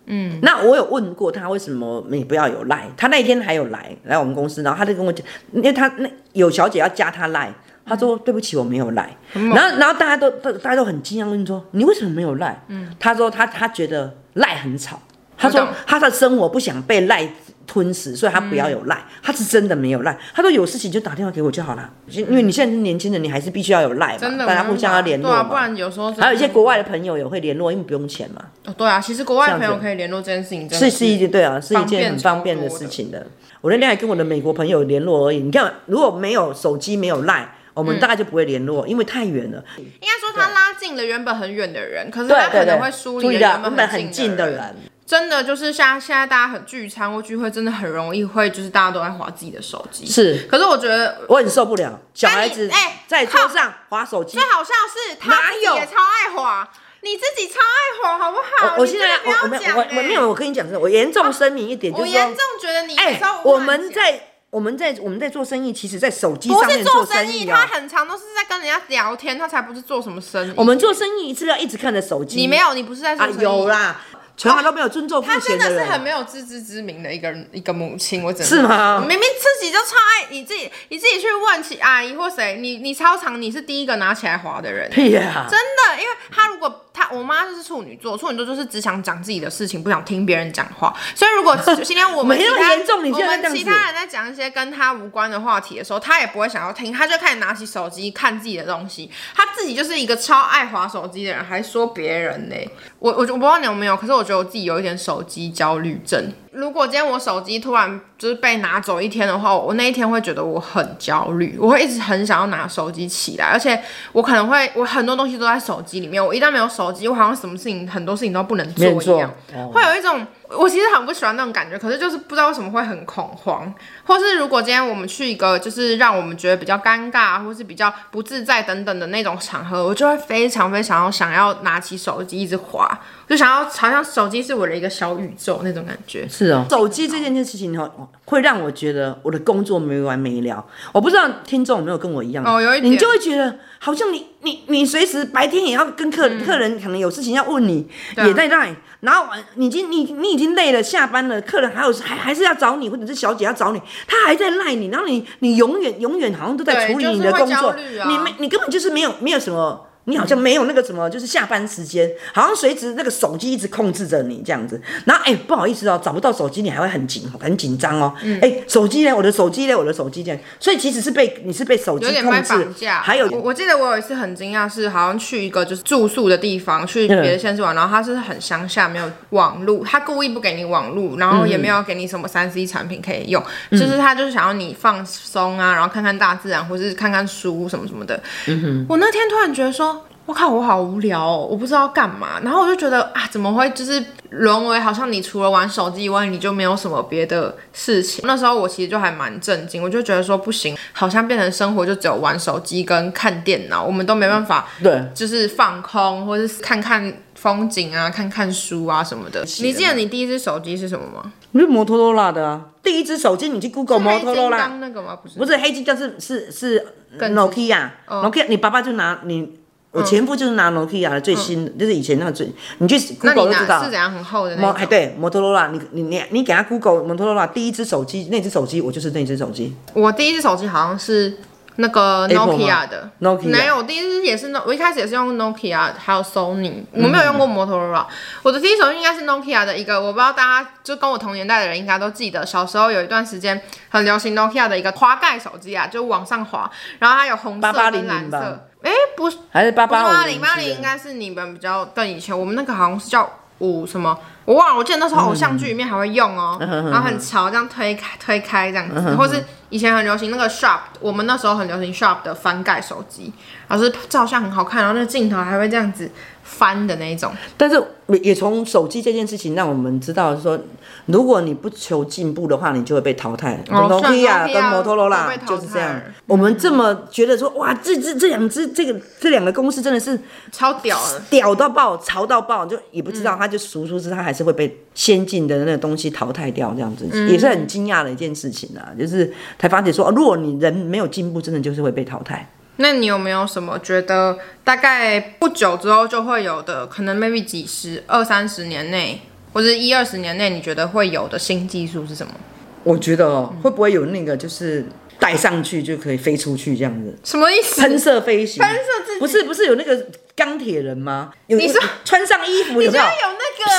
Speaker 2: 嗯，那我有问过他为什么你不要有赖，他那一天还有来来我们公司，然后他就跟我讲，因为他那有小姐要加他赖，他说、对不起我没有赖，然后然后大家都都大家都很惊讶问说你为什么没有赖？嗯，他说他他觉得赖很吵，他说
Speaker 1: 懂
Speaker 2: 他的生活不想被赖吞噬，所以他不要有赖，
Speaker 1: 嗯
Speaker 2: 他是真的没有赖，他说有事情就打电话给我就好了，因为你现在是年轻人，你还是必须要有赖嘛，
Speaker 1: 真的，
Speaker 2: 大家互相要联络
Speaker 1: 对
Speaker 2: 嘛，
Speaker 1: 啊，不然有时候真的
Speaker 2: 还有一些国外的朋友也会联络，因为不用钱嘛，
Speaker 1: 哦对啊，其实国外的
Speaker 2: 这
Speaker 1: 朋
Speaker 2: 样子
Speaker 1: 友可以联络这件事情，真的
Speaker 2: 是是一件对啊，是一件很方
Speaker 1: 方
Speaker 2: 便
Speaker 1: 便
Speaker 2: 的事情的。我那天还跟我的美国朋友联络而已，你看如果没有手机没有赖，我
Speaker 1: 嗯
Speaker 2: 们大概就不会联络，因为太远了。
Speaker 1: 应该说他拉近了原本很远的人，可是
Speaker 2: 对
Speaker 1: 他
Speaker 2: 对
Speaker 1: 可能
Speaker 2: 对，
Speaker 1: 会疏
Speaker 2: 注
Speaker 1: 离
Speaker 2: 意
Speaker 1: 了
Speaker 2: 到
Speaker 1: 原
Speaker 2: 本
Speaker 1: 本
Speaker 2: 很
Speaker 1: 很
Speaker 2: 近
Speaker 1: 近
Speaker 2: 的
Speaker 1: 的
Speaker 2: 人。
Speaker 1: 真的就是像现在大家很聚餐或聚会，真的很容易会就是大家都在划自己的手机。
Speaker 2: 是，
Speaker 1: 可是我觉得
Speaker 2: 我很受不了，小
Speaker 1: 但你
Speaker 2: 孩子
Speaker 1: 哎
Speaker 2: 在桌上划手机
Speaker 1: 最。好笑的是
Speaker 2: 哪
Speaker 1: 他自己
Speaker 2: 有
Speaker 1: 也超爱划，你自己超爱划，好不好？
Speaker 2: 我我
Speaker 1: 你
Speaker 2: 现
Speaker 1: 真
Speaker 2: 在
Speaker 1: 的
Speaker 2: 我我
Speaker 1: 不
Speaker 2: 没
Speaker 1: 要
Speaker 2: 有
Speaker 1: 讲
Speaker 2: 我
Speaker 1: 欸哦
Speaker 2: 我没有，我跟你讲，我严重声明一点，就
Speaker 1: 我
Speaker 2: 是说
Speaker 1: 严，重觉得你
Speaker 2: 哎
Speaker 1: 有时候，无
Speaker 2: 我
Speaker 1: 法
Speaker 2: 们
Speaker 1: 讲
Speaker 2: 在我们在我们在做生意，其实在手机
Speaker 1: 不
Speaker 2: 上面
Speaker 1: 是做
Speaker 2: 生
Speaker 1: 生意，
Speaker 2: 哦
Speaker 1: 他很常都是在跟人家聊天，他才不是做什么生意。
Speaker 2: 我们做生意是要一直看着手机。
Speaker 1: 你没有，你不是在做
Speaker 2: 啊
Speaker 1: 生意？？
Speaker 2: 有啦，从来都没有尊重
Speaker 1: 他
Speaker 2: 付
Speaker 1: 真
Speaker 2: 钱
Speaker 1: 的是
Speaker 2: 人，
Speaker 1: 很没有自知之明的一个人，一个母亲，我只能
Speaker 2: 是吗？
Speaker 1: 明明自己就超爱你自己，你自己去问起阿姨或谁，你你超常你是第一个拿起来划的人，
Speaker 2: 屁呀、
Speaker 1: 真的，因为她如果她我妈就是处女座，处女座就是只想讲自己的事情，不想听别人讲话，所以如果 今天我们
Speaker 2: 没
Speaker 1: 其
Speaker 2: 那么
Speaker 1: 他
Speaker 2: 严重你
Speaker 1: 我
Speaker 2: 现在这
Speaker 1: 们
Speaker 2: 样子
Speaker 1: 其他人在讲一些跟她无关的话题的时候，她也不会想要听，她就开始拿起手机看自己的东西，她自己就是一个超爱划手机的人，还说别人呢、我我我不知道你有没有，可是我觉得我自己有一点手机焦虑症。如果今天我手机突然就是被拿走一天的话，我那一天会觉得我很焦虑，我会一直很想要拿手机起来，而且我可能会我很多东西都在手机里面，我一旦没有手机，我好像什么事情很多事情都不能做
Speaker 2: 没人
Speaker 1: 一
Speaker 2: 做
Speaker 1: 样，会有一种我其实很不喜欢那种感觉，可是就是不知道为什么会很恐慌，或是如果今天我们去一个就是让我们觉得比较尴尬，或是比较不自在等等的那种场合，我就会非常非常想要拿起手机一直滑，就想要好像手机是我的一个小宇宙那种感觉。
Speaker 2: 是哦，手机这件事情哦，会让我觉得我的工作没完没了。我不知道听众有没有跟我一样
Speaker 1: 哦有一点
Speaker 2: 你就会觉得好像你你你随时白天也要跟客、
Speaker 1: 嗯
Speaker 2: 客人可能有事情要问你，
Speaker 1: 啊
Speaker 2: 也在 line，然后晚你已经你你已经累了，下班了，客人还有还还是要找你，或者是小姐要找你，他还在赖你，然后你你永远永远好像都在
Speaker 1: 对
Speaker 2: 处理
Speaker 1: 就是
Speaker 2: 你的
Speaker 1: 会
Speaker 2: 工
Speaker 1: 焦
Speaker 2: 作，
Speaker 1: 虑啊
Speaker 2: 你没你根本就是没有没有什么。你好像没有那个什么，就是下班时间，好像随时那个手机一直控制着你这样子。然后哎、不好意思哦，找不到手机，你还会很紧很紧张哦。哎、
Speaker 1: 嗯
Speaker 2: 手机呢？我的手机呢？我的手机这样。所以其实是被你是被手机
Speaker 1: 有点被
Speaker 2: 控制
Speaker 1: 绑，架。
Speaker 2: 还有
Speaker 1: 我我记得我有一次很惊讶，是好像去一个就是住宿的地方，去
Speaker 2: 嗯
Speaker 1: 别的县市玩，然后他是很乡下，没有网路，他故意不给你网路，然
Speaker 2: 嗯
Speaker 1: 后也没有给你什么三 C 产品可以用，就是他就是想要你放松啊，然后看看大自然，或是看看书什么什么的。我那天突然觉得说。我靠，我好无聊哦，我不知道干嘛。然后我就觉得啊，怎么会就是沦为好像你除了玩手机以外，你就没有什么别的事情。那时候我其实就还蛮震惊，我就觉得说不行，好像变成生活就只有玩手机跟看电脑，我们都没办法
Speaker 2: 对，
Speaker 1: 就是放空，或者是看看风景啊，看看书啊什么的。你记得你第一只手机是什么吗？
Speaker 2: 你是摩托罗拉的啊。第一只手机你去 Google 摩托罗
Speaker 1: 黑金
Speaker 2: 拉，
Speaker 1: 刚那个吗？不是，
Speaker 2: 不是黑金刚是是是
Speaker 1: 更
Speaker 2: Nokia，Nokia，、你
Speaker 1: 哦
Speaker 2: 爸爸就拿你。我前
Speaker 1: 嗯
Speaker 2: 夫就是拿 Nokia 的最新，就是以前那个最，你去
Speaker 1: 那你
Speaker 2: Google 就知
Speaker 1: 拿
Speaker 2: 道
Speaker 1: 是。怎样很厚的那
Speaker 2: 摩
Speaker 1: 种？
Speaker 2: 哎对，摩托罗拉，你你你你给他 Google 摩托罗拉第一只手机，那只手机我就是那只手机。
Speaker 1: 我第一只手机好像是那个
Speaker 2: Apple 吗
Speaker 1: Nokia 的
Speaker 2: Nokia
Speaker 1: 没有，我第一只也是 No，我一开始也是用 Nokia，还有 Sony，我
Speaker 2: 嗯
Speaker 1: 没有用过摩托罗拉。我的第一手机应该是 Nokia 的一个，我不知道大家就跟我同年代的人应该都记得，小时候有一段时间很流行 Nokia 的一个滑盖手机啊，就往上滑，然后它有红色跟蓝
Speaker 2: 8800吧
Speaker 1: 色。哎，不是，
Speaker 2: 还是八
Speaker 1: 不是
Speaker 2: 八
Speaker 1: 八
Speaker 2: 五
Speaker 1: 零八零，啊应该是你们比较更以前，我们那个好像是叫五什么，我忘了。我记得那时候偶像剧里面还会用哦，然后很潮，这样推开推开这样子，或是以前很流行那个 Sharp，我们那时候很流行 Sharp 的翻盖手机，然后是照相很好看，然后那个镜头还会这样子翻的那一种。
Speaker 2: 但是也从手机这件事情让我们知道说，如果你不求进步的话，你就会被淘汰。
Speaker 1: 哦是啊
Speaker 2: Nokia 跟
Speaker 1: Nokia
Speaker 2: 摩托罗
Speaker 1: 都
Speaker 2: 拉
Speaker 1: 被淘汰
Speaker 2: 就是这样。我们这么觉得说，哇，这这这两只这个这两个公司真的是
Speaker 1: 超屌的，
Speaker 2: 屌到爆，潮到爆，就也不知道，他就熟熟知，他还是会被先进的那个东西淘汰掉，这样子、也是很惊讶的一件事情啊。就是才发觉说，哦如果你人没有进步，真的就是会被淘汰。
Speaker 1: 那你有没有什么觉得大概不久之后就会有的，可能 maybe 几十、二三十年内，或者一二十年内，你觉得会有的新技术是什么？
Speaker 2: 我觉得哦，会不会有那个就是带上去就可以飞出去这样子？
Speaker 1: 什么意思？
Speaker 2: 嗯喷射飞行，
Speaker 1: 喷射自己
Speaker 2: 不是不是有那个钢铁人吗？有
Speaker 1: 你说
Speaker 2: 穿上衣服
Speaker 1: 你
Speaker 2: 有
Speaker 1: 觉得
Speaker 2: 没有？
Speaker 1: 有那个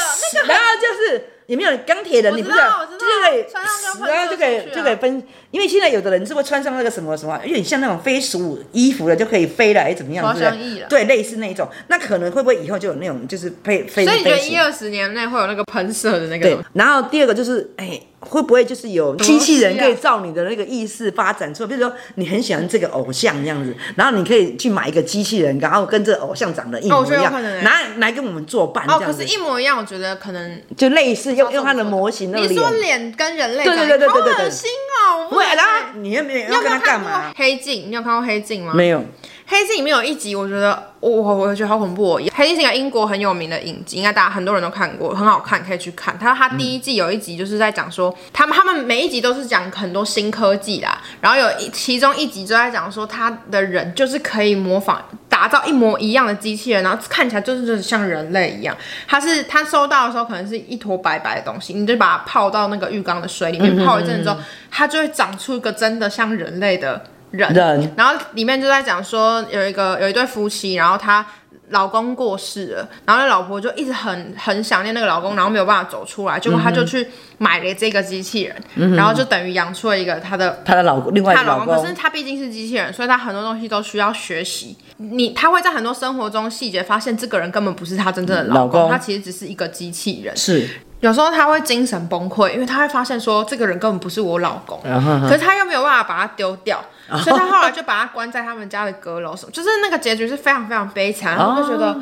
Speaker 1: 那个
Speaker 2: 然后就是也没有钢铁人，你不
Speaker 1: 知道我知道
Speaker 2: 就可以
Speaker 1: 穿上就喷
Speaker 2: 然后就可以
Speaker 1: 出去啊
Speaker 2: 就可以分，因为现在有的人是会穿上那个什么什么，有点像那种飞鼠衣服的，就可以飞了，还是怎么样？
Speaker 1: 滑
Speaker 2: 之类的
Speaker 1: 翔翼了
Speaker 2: 对，类似那一种，那可能会不会以后就有那种就是飞飞
Speaker 1: 所以你觉
Speaker 2: 飞
Speaker 1: 得一
Speaker 2: 行？
Speaker 1: 二十年内会有那个喷射的那个
Speaker 2: 对
Speaker 1: 东西？，
Speaker 2: 然后第二个就是，哎，会不会就是有机器人可以照你的那个意识发展出来？比如说你很喜欢这个偶像这样子，然后你可以去买一个机器人，然后跟这个偶像长得一
Speaker 1: 哦我
Speaker 2: 模
Speaker 1: 觉
Speaker 2: 一
Speaker 1: 得有
Speaker 2: 样
Speaker 1: 可能，欸
Speaker 2: 拿来跟我们作伴
Speaker 1: 哦，
Speaker 2: 这
Speaker 1: 可
Speaker 2: 样子
Speaker 1: 是，一模一样，我觉得可能
Speaker 2: 就类似用用他的模型那个
Speaker 1: 你
Speaker 2: 脸
Speaker 1: 说。脸跟人类
Speaker 2: 对
Speaker 1: 长
Speaker 2: 对对对对对
Speaker 1: 好恶心哦！我不
Speaker 2: 对，
Speaker 1: 能
Speaker 2: 然
Speaker 1: 看
Speaker 2: 后你又没有
Speaker 1: 你有
Speaker 2: 要
Speaker 1: 没
Speaker 2: 跟
Speaker 1: 有
Speaker 2: 他
Speaker 1: 看
Speaker 2: 干
Speaker 1: 过
Speaker 2: 嘛？
Speaker 1: 《黑镜》？你有看过《黑镜》吗？
Speaker 2: 没有，
Speaker 1: 黑镜里面有一集，我觉得我我我觉得好恐怖哦！黑镜是一个英国很有名的影集，应该大家很多人都看过，很好看，可以去看。它它第一季有一集就是在讲说，他们他们每一集都是讲很多新科技啦，然后有一其中一集就在讲说，他的人就是可以模仿打造一模一样的机器人，然后看起来就是就是像人类一样。它是它收到的时候可能是一坨白白的东西，你就把它泡到那个浴缸的水里面泡一阵子之后，它就会长出一个真的像人类的。人，
Speaker 2: 人
Speaker 1: 然后里面就在讲说有一个有一对夫妻，然后她老公过世了，然后那老婆就一直很很想念那个老公，然后没有办法走出来，结果她就去买了这个机器人，然后就等于养出了一个她的。
Speaker 2: 她的老公，另外一
Speaker 1: 她
Speaker 2: 个
Speaker 1: 老公，
Speaker 2: 公
Speaker 1: 可是她毕竟是机器人，所以她很多东西都需要学习。你她会在很多生活中细节发现，这个人根本不是她真正的老
Speaker 2: 老
Speaker 1: 公，
Speaker 2: 公
Speaker 1: 她其实只是一个机器人。
Speaker 2: 是
Speaker 1: 有时候她会精神崩溃，因为她会发现说这个人根本不是我老公，
Speaker 2: 哼
Speaker 1: 可是她又没有办法把他丢掉，
Speaker 2: 啊
Speaker 1: 所以她后来就把他关在他们家的阁楼什么，就是那个结局是非常非常悲
Speaker 2: 哦
Speaker 1: 惨，然后我就觉得。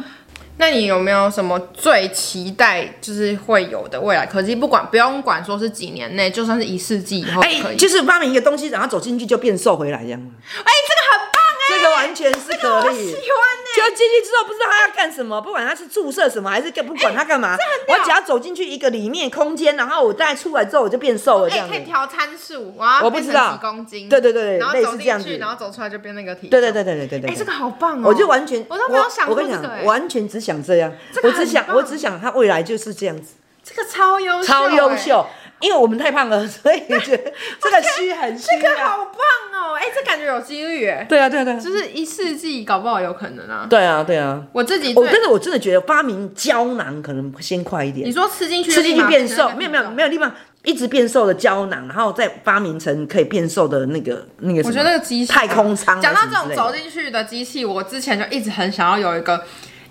Speaker 1: 那你有没有什么最期待就是会有的未来科技？不管不用管说是几年内，就算是一世纪以后也
Speaker 2: 哎、
Speaker 1: 可以。
Speaker 2: 就是发明一个东西，然后走进去就变瘦回来这
Speaker 1: 哎、
Speaker 2: 样。
Speaker 1: 这个很棒哎、
Speaker 2: 这个完全是可
Speaker 1: 我
Speaker 2: 丽
Speaker 1: 喜。欢
Speaker 2: 就进去之后不知道他要干什么，不管他是注射什么，还是干不管他干嘛，
Speaker 1: 哎很
Speaker 2: 我
Speaker 1: 屌
Speaker 2: 只要走进去一个里面空间，然后我再出来之后我就变瘦了这
Speaker 1: 呢、
Speaker 2: 样
Speaker 1: 哎，
Speaker 2: 子。
Speaker 1: 可以调参数，我要
Speaker 2: 我不
Speaker 1: 变
Speaker 2: 知
Speaker 1: 成
Speaker 2: 道
Speaker 1: 几公斤，
Speaker 2: 对对对
Speaker 1: 然后
Speaker 2: 类
Speaker 1: 走
Speaker 2: 似这样
Speaker 1: 进
Speaker 2: 子
Speaker 1: 去，然后走出来就变那个体，
Speaker 2: 对对对对对对对。
Speaker 1: 哎、这个好棒哦！
Speaker 2: 我就完全
Speaker 1: 我都没有想
Speaker 2: 我
Speaker 1: 过
Speaker 2: 跟
Speaker 1: 这
Speaker 2: 你
Speaker 1: 个、
Speaker 2: 讲，
Speaker 1: 哎
Speaker 2: 完全只想这样，
Speaker 1: 个
Speaker 2: 我只想
Speaker 1: 很棒
Speaker 2: 我只想他未来就是这样子，
Speaker 1: 这个超优秀、
Speaker 2: 超优
Speaker 1: 哎，
Speaker 2: 秀。因为我们太胖了，所以觉得这个虚很虚
Speaker 1: 这个
Speaker 2: 啊。
Speaker 1: 好棒哦！哎、这感觉有几率哎，
Speaker 2: 对啊，对啊，对啊，
Speaker 1: 就是一世纪搞不好有可能啊。
Speaker 2: 对啊，对啊。
Speaker 1: 我自己
Speaker 2: 我
Speaker 1: 最
Speaker 2: 但是我真的觉得发明胶囊可能先快一点
Speaker 1: 你。说吃进去就
Speaker 2: 吃进去
Speaker 1: 立马
Speaker 2: 变
Speaker 1: 那
Speaker 2: 瘦，
Speaker 1: 个
Speaker 2: 没有
Speaker 1: 体
Speaker 2: 没有
Speaker 1: 重
Speaker 2: 没有地方一直变瘦的胶囊，然后再发明成可以变瘦的那个那个什么
Speaker 1: 我觉得那个机器
Speaker 2: 太空舱啊
Speaker 1: 讲到这
Speaker 2: 什么
Speaker 1: 种
Speaker 2: 之类的
Speaker 1: 走进去的机器，我之前就一直很想要有一个。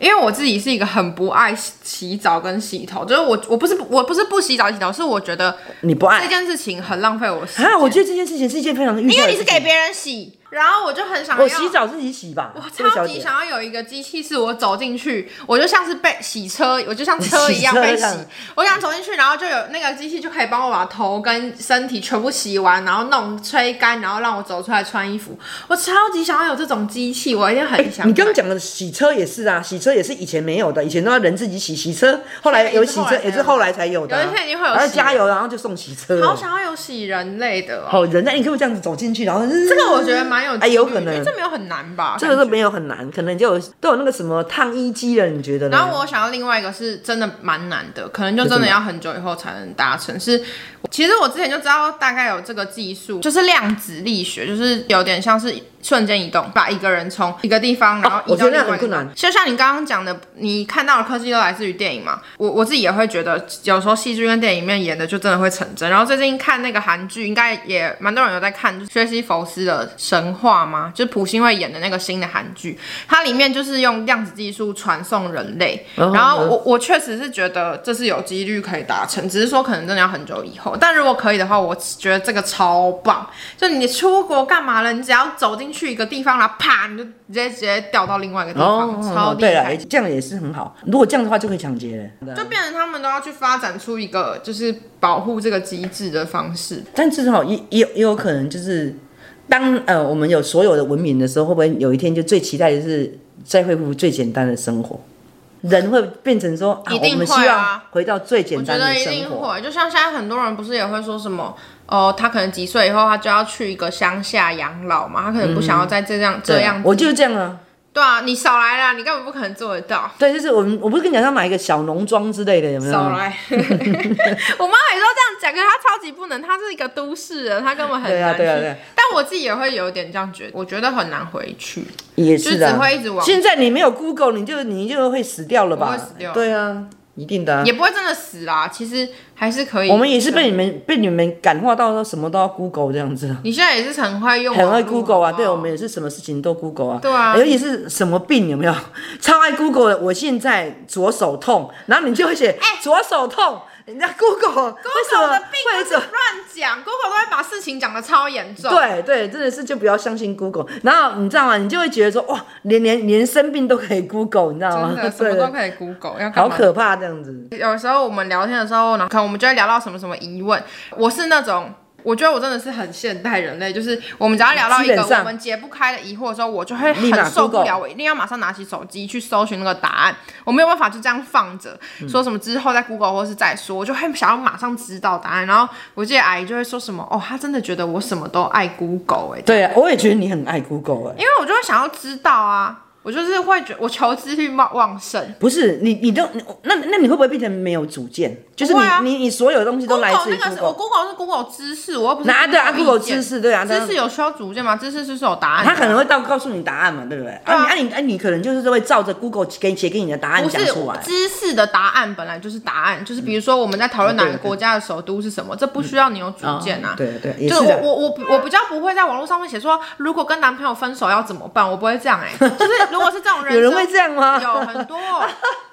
Speaker 1: 因为我自己是一个很不爱洗澡跟洗头，就是我我不是我不是不洗澡洗头，是我觉得
Speaker 2: 你不
Speaker 1: 这
Speaker 2: 爱
Speaker 1: 件事情很浪费我时间。
Speaker 2: 啊？我觉得这件事情是一件非常愉
Speaker 1: 因
Speaker 2: 快
Speaker 1: 为
Speaker 2: 的
Speaker 1: 你是
Speaker 2: 事情。
Speaker 1: 给别人洗，然后我就很想要
Speaker 2: 我洗澡自己洗吧，
Speaker 1: 我
Speaker 2: 这位
Speaker 1: 哦超
Speaker 2: 小
Speaker 1: 级
Speaker 2: 姐
Speaker 1: 想要有一个机器，是我走进去，我就像是被洗车，我就像车一样
Speaker 2: 洗车
Speaker 1: 被洗
Speaker 2: 这样。
Speaker 1: 我想走进去，然后就有那个机器就可以帮我把头跟身体全部洗完，然后弄吹干，然后让我走出来穿衣服。我超级想要有这种机器，我一定很想买。
Speaker 2: 你刚刚讲的洗车也是啊，洗车也是以前没有的，以前都要人自己洗洗车，后来有洗车也是后来才有的、啊。
Speaker 1: 有一天已经会有
Speaker 2: 然后
Speaker 1: 洗
Speaker 2: 加油，然后就送洗车了。
Speaker 1: 好想要有洗人类的、哦，
Speaker 2: 好人呢，那你可不可以这样子走进去，然后这
Speaker 1: 这个我觉得蛮有
Speaker 2: 哎，有可
Speaker 1: 趣的因为
Speaker 2: 能
Speaker 1: 这没有很难吧？
Speaker 2: 这个是没有很难，可能就有都有那个什么烫衣机了，你觉得呢？
Speaker 1: 然后我想要另外一个是真的蛮难的，可能就真的要很久以后才能达成。是，其实我之前就知道大概有这个技术，就是量子力学，就是有点像是瞬间移动，把一个人从一个地方然后移
Speaker 2: 哦我觉
Speaker 1: 到
Speaker 2: 得
Speaker 1: 另外一个
Speaker 2: 那很
Speaker 1: 地
Speaker 2: 困
Speaker 1: 方。
Speaker 2: 难
Speaker 1: 就像你刚刚讲的，你看到的科技都来自于电影嘛。我我自己也会觉得，有时候戏剧跟电影里面演的就真的会成真。然后最近看那个韩剧，应该也蛮多人有在看，就是学习佛斯的神话嘛，就是朴信惠演的那个新的韩剧，它里面就是用量子技术传送人类。
Speaker 2: 哦
Speaker 1: 然后我我确实是觉得这是有几率可以达成，只是说可能真的要很久以后。但如果可以的话，我觉得这个超棒。就你出国干嘛了？你只要走进去一个地方，然后啪，你就直接直接掉到另外一个地方，超厉
Speaker 2: 哦对了
Speaker 1: 害，。
Speaker 2: 这样也是很好。如果这样的话，就可以抢劫了。
Speaker 1: 就变成他们都要去发展出一个就是保护这个机制的方式。
Speaker 2: 但至少也也有也有可能就是，当呃我们有所有的文明的时候，会不会有一天就最期待的是再恢复最简单的生活？人会变成说，啊
Speaker 1: 一定
Speaker 2: 我们
Speaker 1: 会啊
Speaker 2: 希望回到最
Speaker 1: 我
Speaker 2: 简
Speaker 1: 觉
Speaker 2: 单的
Speaker 1: 得一
Speaker 2: 生
Speaker 1: 定
Speaker 2: 活。
Speaker 1: 会，就像现在很多人不是也会说什么，哦、他可能几岁以后他就要去一个乡下养老嘛，他可能不想要再这样、这
Speaker 2: 对
Speaker 1: 样子。
Speaker 2: 啊我就是这样啊。
Speaker 1: 对啊，你少来啦，你根本不可能做得到。
Speaker 2: 对，就是我们，我不是跟你讲要买一个小农庄之类的，有没有
Speaker 1: 少？来， 我妈也说这样讲，可是她超级不能，她是一个都市人，她根本很
Speaker 2: 对啊
Speaker 1: 难去。
Speaker 2: 对啊对啊
Speaker 1: 但我自己也会有点这样觉得，我觉得很难回去。
Speaker 2: 也是的啊、
Speaker 1: 就只会一直往
Speaker 2: 现在你没有 Google，你就你就会死掉了吧？
Speaker 1: 我会死掉
Speaker 2: 对啊，一定的啊、
Speaker 1: 也不会真的死啦，其实还是可以。
Speaker 2: 我们也是被你们被你们感化到，什么都要 Google 这样子啊。
Speaker 1: 你现在也是很会用网
Speaker 2: 很
Speaker 1: 络，
Speaker 2: 会 Google
Speaker 1: 好
Speaker 2: 啊，
Speaker 1: 不好
Speaker 2: 对我们也是什么事情都 Google 啊，
Speaker 1: 对啊
Speaker 2: 尤其是什么病有没有， 超爱 Google 的。我现在左手痛，然后你就会写、 左手痛，人家 Google 为什
Speaker 1: 哎 Google
Speaker 2: 么
Speaker 1: 的病
Speaker 2: 会
Speaker 1: 都
Speaker 2: 怎
Speaker 1: 是乱讲，Google 都会把事情讲得超严重。
Speaker 2: 对对，真的是就不要相信 Google。然后你知道吗？你就会觉得说哇，连连连生病都可以 Google，你知道吗
Speaker 1: 真的？什么
Speaker 2: 啊 对
Speaker 1: 都，可以 Google，要干
Speaker 2: 好
Speaker 1: 嘛？
Speaker 2: 可怕这样子。
Speaker 1: 有时候我们聊天的时候，呢，可能我们就会聊到什么什么疑问。我是那种，我觉得我真的是很现代人类，就是我们只要聊到一
Speaker 2: 基
Speaker 1: 个
Speaker 2: 本上
Speaker 1: 我们解不开的疑惑的时候，我就会
Speaker 2: 立马
Speaker 1: 很受不
Speaker 2: Google
Speaker 1: 了，我一定要马上拿起手机去搜寻那个答案，我没有办法就这样放着，
Speaker 2: 嗯
Speaker 1: 说什么之后再 Google 或是再说，我就会想要马上知道答案。然后我记得阿姨就会说什么，哦，她真的觉得我什么都爱 Google 哎、
Speaker 2: 对啊，我也觉得你很爱 Google 哎、
Speaker 1: 因为我就会想要知道啊，我就是会觉我求知欲旺旺盛。
Speaker 2: 不是你，你都那那你会不会变成没有主见？就是
Speaker 1: 不
Speaker 2: 你、
Speaker 1: 会啊
Speaker 2: 你你所有东西都来
Speaker 1: Google
Speaker 2: 自于
Speaker 1: 那个是我
Speaker 2: Google。
Speaker 1: Google 是 Google 知识，我又不是
Speaker 2: 那啊对啊
Speaker 1: Google
Speaker 2: ，Google
Speaker 1: 意见
Speaker 2: 知识对啊，
Speaker 1: 知识有需要主见吗？知识是有答案的，
Speaker 2: 他可能会到告诉你答案嘛，对不对？啊，你啊你啊你可能就是会照着 Google 给写给你的答案
Speaker 1: 不
Speaker 2: 讲
Speaker 1: 是
Speaker 2: 出来。嗯
Speaker 1: 知识的答案本来就是答案，就是比如说我们在讨论哪
Speaker 2: 对
Speaker 1: 个
Speaker 2: 对嗯
Speaker 1: 国家的首都是什么，这不需要你有主见啊。
Speaker 2: 对对，也
Speaker 1: 就是我
Speaker 2: 的。
Speaker 1: 我我我比较不会在网络上面写说，如果跟男朋友 分手要怎么办，我不会这样哎、就是如果是这种人生，
Speaker 2: 有人会这样吗
Speaker 1: 有很多。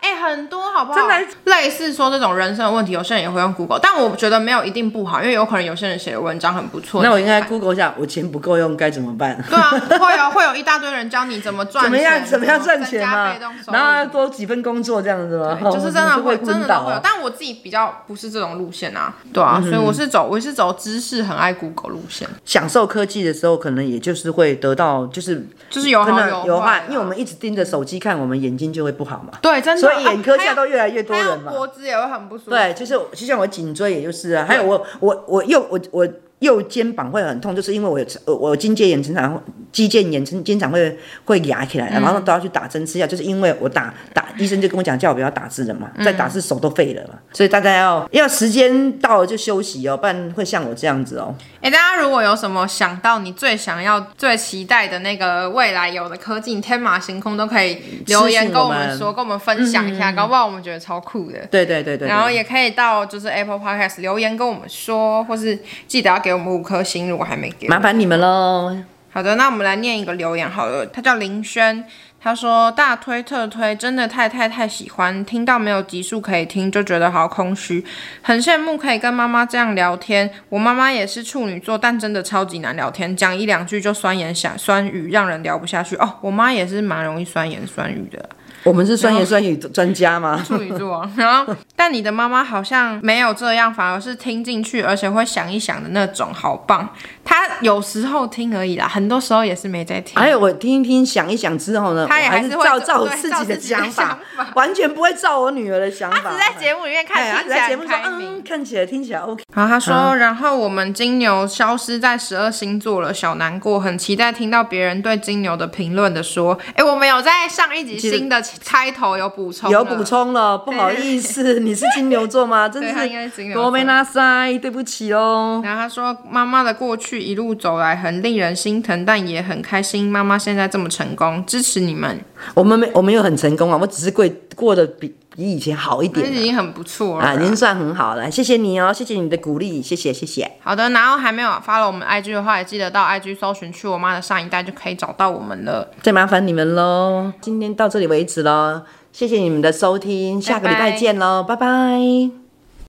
Speaker 1: 哎、哎、很多好不好？
Speaker 2: 真的
Speaker 1: 类似说这种人生的问题，有些人也会用 Google，但我觉得没有一定不好，因为有可能有些人写的文章很不错。
Speaker 2: 那我
Speaker 1: 你
Speaker 2: 应该
Speaker 1: 看
Speaker 2: Google 一下，我钱不够用该怎么办？
Speaker 1: 对啊，会有会有一大堆人教你怎么 赚
Speaker 2: 怎
Speaker 1: 钱，
Speaker 2: 么样怎么样赚钱
Speaker 1: 嘛
Speaker 2: 嘛？？然后要多几份工作这样子吗？
Speaker 1: 就是真的会
Speaker 2: 会
Speaker 1: 真
Speaker 2: 昏
Speaker 1: 的
Speaker 2: 倒
Speaker 1: 会有
Speaker 2: 啊，。
Speaker 1: 但我自己比较不是这种路线啊，对啊，
Speaker 2: 嗯
Speaker 1: 所以我是走我是走知识很爱 Google 路线，
Speaker 2: 享受科技的时候，可能也就是会得到，就是
Speaker 1: 就是有
Speaker 2: 真
Speaker 1: 好
Speaker 2: 的有
Speaker 1: 坏啊，
Speaker 2: 害，因为我们一直盯着手机看，我们眼睛就会不好嘛。
Speaker 1: 对真的，
Speaker 2: 所以眼科现在
Speaker 1: 啊
Speaker 2: 都越来越多
Speaker 1: 还有
Speaker 2: 人
Speaker 1: 还有
Speaker 2: 嘛。
Speaker 1: 脖子也会很不舒服，
Speaker 2: 对，就是就像我颈椎，也就是啊，还有我我我右我我右肩膀会很痛，就是因为我有我我筋腱炎经常肌腱炎经经常会会压起来，
Speaker 1: 嗯
Speaker 2: 然后都要去打针吃药，就是因为我打打医生就跟我讲叫我不要打字了嘛，
Speaker 1: 嗯
Speaker 2: 再打字手都废了嘛，所以大家要要时间到了就休息哦，不然会像我这样子哦。
Speaker 1: 哎、大家如果有什么想到你最想要、最期待的那个未来有的科技，你天马行空都可以留
Speaker 2: 私
Speaker 1: 言
Speaker 2: 信
Speaker 1: 跟
Speaker 2: 我
Speaker 1: 我们
Speaker 2: 们嗯
Speaker 1: 说，跟我们分享一下，搞不好我们觉得超酷的。
Speaker 2: 对对对对对
Speaker 1: 然后也可以到就是 Apple Podcast 留言跟我们说，或是记得要给我们五颗星，如果还没给。
Speaker 2: 麻烦你们喽。
Speaker 1: 好的，那我们来念一个留言好了，他叫林轩，他说大推特推，真的太太太喜欢，听到没有集数可以听就觉得好空虚，很羡慕可以跟妈妈这样聊天。我妈妈也是处女座，但真的超级难聊天，讲一两句就酸言下酸语，让人聊不下去。哦，我妈也是蛮容易酸言酸语的，
Speaker 2: 我们是酸言酸语专家吗？
Speaker 1: 处女座。 然后，但你的妈妈好像没有这样，反而是听进去，而且会想一想的那种，好棒。她有时候听而已啦，很多时候也是没在听。
Speaker 2: 还有我听一听想一想之后呢，
Speaker 1: 他也
Speaker 2: 我
Speaker 1: 还
Speaker 2: 是
Speaker 1: 是会
Speaker 2: 照
Speaker 1: 做
Speaker 2: 照我
Speaker 1: 对
Speaker 2: 自
Speaker 1: 照
Speaker 2: 己的
Speaker 1: 自己的
Speaker 2: 想法
Speaker 1: 想法，
Speaker 2: 完全不会照我女儿的想法。
Speaker 1: 只在节目里面
Speaker 2: 哎
Speaker 1: 看，
Speaker 2: 他
Speaker 1: 听
Speaker 2: 只
Speaker 1: 起来
Speaker 2: 在节
Speaker 1: 很
Speaker 2: 目说，
Speaker 1: 开
Speaker 2: 嗯，
Speaker 1: 明。
Speaker 2: 看起来听起来 OK。
Speaker 1: 然后他说，然后我们金牛消失在十二星座了，小难过，很期待听到别人对金牛的评论的说。哎，我们有在上一集
Speaker 2: 其实
Speaker 1: 新的开头有补充，
Speaker 2: 有补。充了，不好意思，你是金牛座吗？真
Speaker 1: 对他应该是金
Speaker 2: 是
Speaker 1: 牛座
Speaker 2: 多没拉塞，对不起哦。
Speaker 1: 然后他说，妈妈的过去一路走来很令人心疼，但也很开心。妈妈现在这么成功，支持你们，
Speaker 2: 我们没我没有很成功啊，我只是过过得比比以前好一
Speaker 1: 这
Speaker 2: 点
Speaker 1: 已经很不错了
Speaker 2: 啊，
Speaker 1: 啦。
Speaker 2: 已经算很好了。谢谢你哦，谢谢你的鼓励，谢谢谢谢。
Speaker 1: 好的，然后还没有 follow 我们 IG 的话，也记得到 IG 搜寻“去我妈的上一代”就可以找到我们了。
Speaker 2: 再麻烦你们喽，今天到这里为止喽，谢谢你们的收听，下个礼
Speaker 1: 拜
Speaker 2: 拜
Speaker 1: 拜
Speaker 2: 见喽，拜拜